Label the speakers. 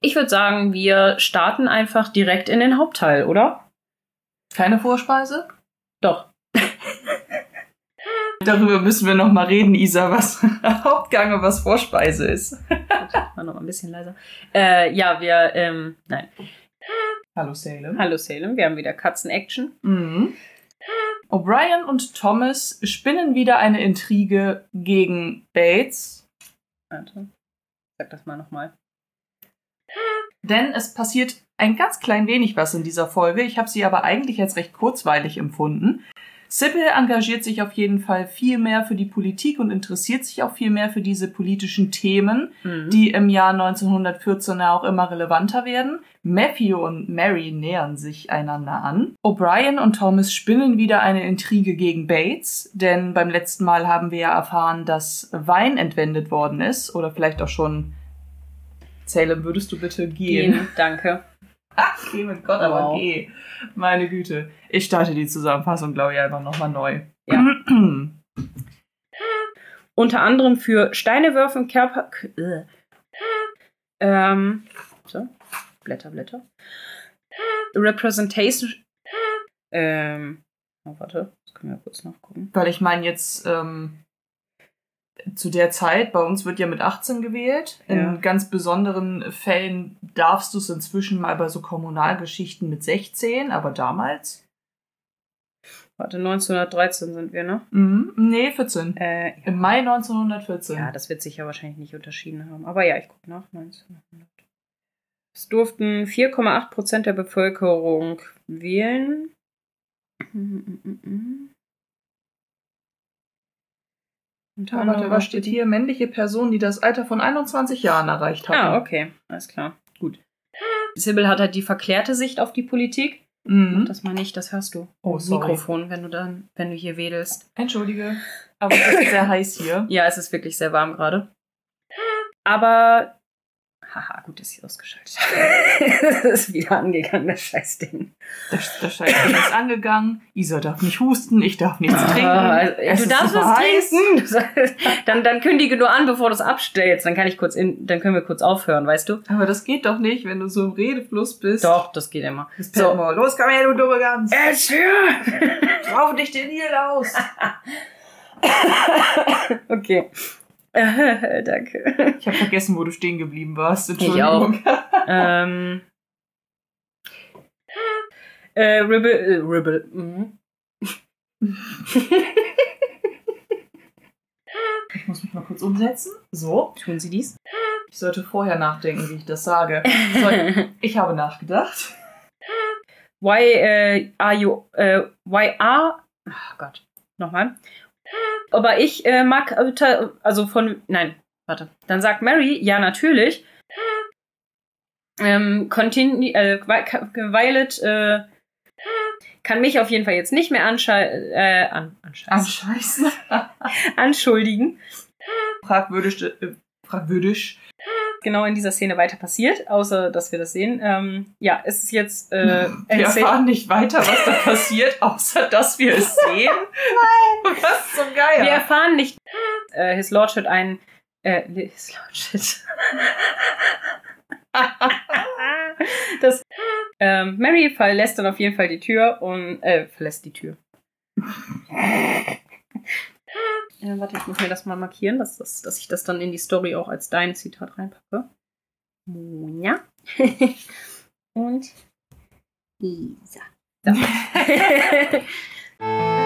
Speaker 1: Ich würde sagen, wir starten einfach direkt in den Hauptteil, oder?
Speaker 2: Keine Vorspeise?
Speaker 1: Doch.
Speaker 2: Darüber müssen wir noch mal reden, Isa, was Hauptgang und was Vorspeise ist.
Speaker 1: War noch mal ein bisschen leiser. Äh, ja, wir, ähm, nein.
Speaker 2: Hallo Salem.
Speaker 1: Hallo Salem, wir haben wieder Katzen-Action.
Speaker 2: Mhm. O'Brien und Thomas spinnen wieder eine Intrige gegen Bates,
Speaker 1: Warte. Sag das mal nochmal.
Speaker 2: denn es passiert ein ganz klein wenig was in dieser Folge. Ich habe sie aber eigentlich als recht kurzweilig empfunden. Sybil engagiert sich auf jeden Fall viel mehr für die Politik und interessiert sich auch viel mehr für diese politischen Themen,
Speaker 1: Mhm.
Speaker 2: die im Jahr 1914 ja auch immer relevanter werden. Matthew und Mary nähern sich einander an. O'Brien und Thomas spinnen wieder eine Intrige gegen Bates, denn beim letzten Mal haben wir ja erfahren, dass Wein entwendet worden ist oder vielleicht auch schon. Salem, würdest du bitte gehen?
Speaker 1: Gehen, danke.
Speaker 2: Geh mit Gott, aber
Speaker 1: Wow.
Speaker 2: geh. Meine Güte. Ich starte die Zusammenfassung, glaube ich, einfach nochmal neu.
Speaker 1: Ja. Unter anderem für Steine werfen, Körper. K- äh. Ähm, so, Blätter, Blätter. Representation. Ähm, oh, warte, das können wir kurz nachgucken.
Speaker 2: Weil ich meine, jetzt ähm, zu der Zeit, bei uns wird ja mit 18 gewählt. In
Speaker 1: Ja.
Speaker 2: ganz besonderen Fällen darfst du es inzwischen mal bei so Kommunalgeschichten mit 16, aber damals?
Speaker 1: Warte, 1913 sind wir, ne?
Speaker 2: Mhm. Nee, 14.
Speaker 1: Äh, ja.
Speaker 2: Im Mai 1914.
Speaker 1: ja, das wird sich ja wahrscheinlich nicht unterschieden haben. Aber ja, ich gucke nach. 1900. Es durften 4,8 Prozent der Bevölkerung wählen. Unter
Speaker 2: Ah, warte,
Speaker 1: anderem
Speaker 2: was steht hier? Männliche Person, die das Alter von 21 Jahren erreicht haben.
Speaker 1: Ah, okay, alles klar. Gut. Sybil hat halt die verklärte Sicht auf die Politik. Mach
Speaker 2: Mhm.
Speaker 1: das mal nicht, das hörst du.
Speaker 2: Oh,
Speaker 1: Im
Speaker 2: sorry.
Speaker 1: Mikrofon, wenn du dann, wenn du hier wedelst.
Speaker 2: Entschuldige. Aber es ist sehr heiß hier.
Speaker 1: Ja, es ist wirklich sehr warm gerade. Aber. Haha, gut, dass ich ausgeschaltet habe. Es ist wieder angegangen, das Scheißding.
Speaker 2: Das, das Scheißding ist angegangen. Isa darf nicht husten, ich darf nichts trinken.
Speaker 1: Ah,
Speaker 2: Es
Speaker 1: du
Speaker 2: ist
Speaker 1: darfst
Speaker 2: super
Speaker 1: was
Speaker 2: heiß.
Speaker 1: trinken. Dann, dann kündige nur an, bevor du es abstellst. Dann kann ich kurz in, dann können wir kurz aufhören, weißt du?
Speaker 2: Aber das geht doch nicht, wenn du so im Redefluss bist.
Speaker 1: Doch, das geht immer.
Speaker 2: Das so. Äh. mal. Los, komm her, du dumme Gans.
Speaker 1: Erzähl!
Speaker 2: Rauf dich den Nil aus.
Speaker 1: Okay. Äh, Danke.
Speaker 2: Ich habe vergessen, wo du stehen geblieben warst.
Speaker 1: Ich auch.
Speaker 2: Entschuldigung.
Speaker 1: ähm, äh, Ribble, äh, Ribble. Mhm.
Speaker 2: Ich muss mich mal kurz umsetzen. So.
Speaker 1: Tun Sie dies?
Speaker 2: Ich sollte vorher nachdenken, wie ich das sage. So, ich habe nachgedacht.
Speaker 1: why äh, are you? Äh, why are? Ach Gott, nochmal. Aber ich äh, mag äh, ta- also von nein, warte. Dann sagt Mary ja natürlich. Ähm, continue, äh, Vi- Violet äh, kann mich auf jeden Fall jetzt nicht mehr anschei äh, an,
Speaker 2: Am
Speaker 1: anscheißen,
Speaker 2: Scheiße.
Speaker 1: anschuldigen.
Speaker 2: Fragwürdig. Äh, fragwürdig.
Speaker 1: genau in dieser Szene weiter passiert, außer dass wir das sehen. Ähm, ja, es ist jetzt äh,
Speaker 2: Wir
Speaker 1: erzäh-
Speaker 2: erfahren nicht weiter, was da passiert, außer dass wir es sehen. Nein. Was zum Geier.
Speaker 1: wir erfahren nicht. Äh, his Lordship ein äh, His Lordship. das ähm, Mary verlässt dann auf jeden Fall die Tür und äh, verlässt die Tür. Äh, warte, ich muss mir das mal markieren, dass, das, dass ich das dann in die Story auch als dein Zitat reinpacke. Monja. Und Lisa. So.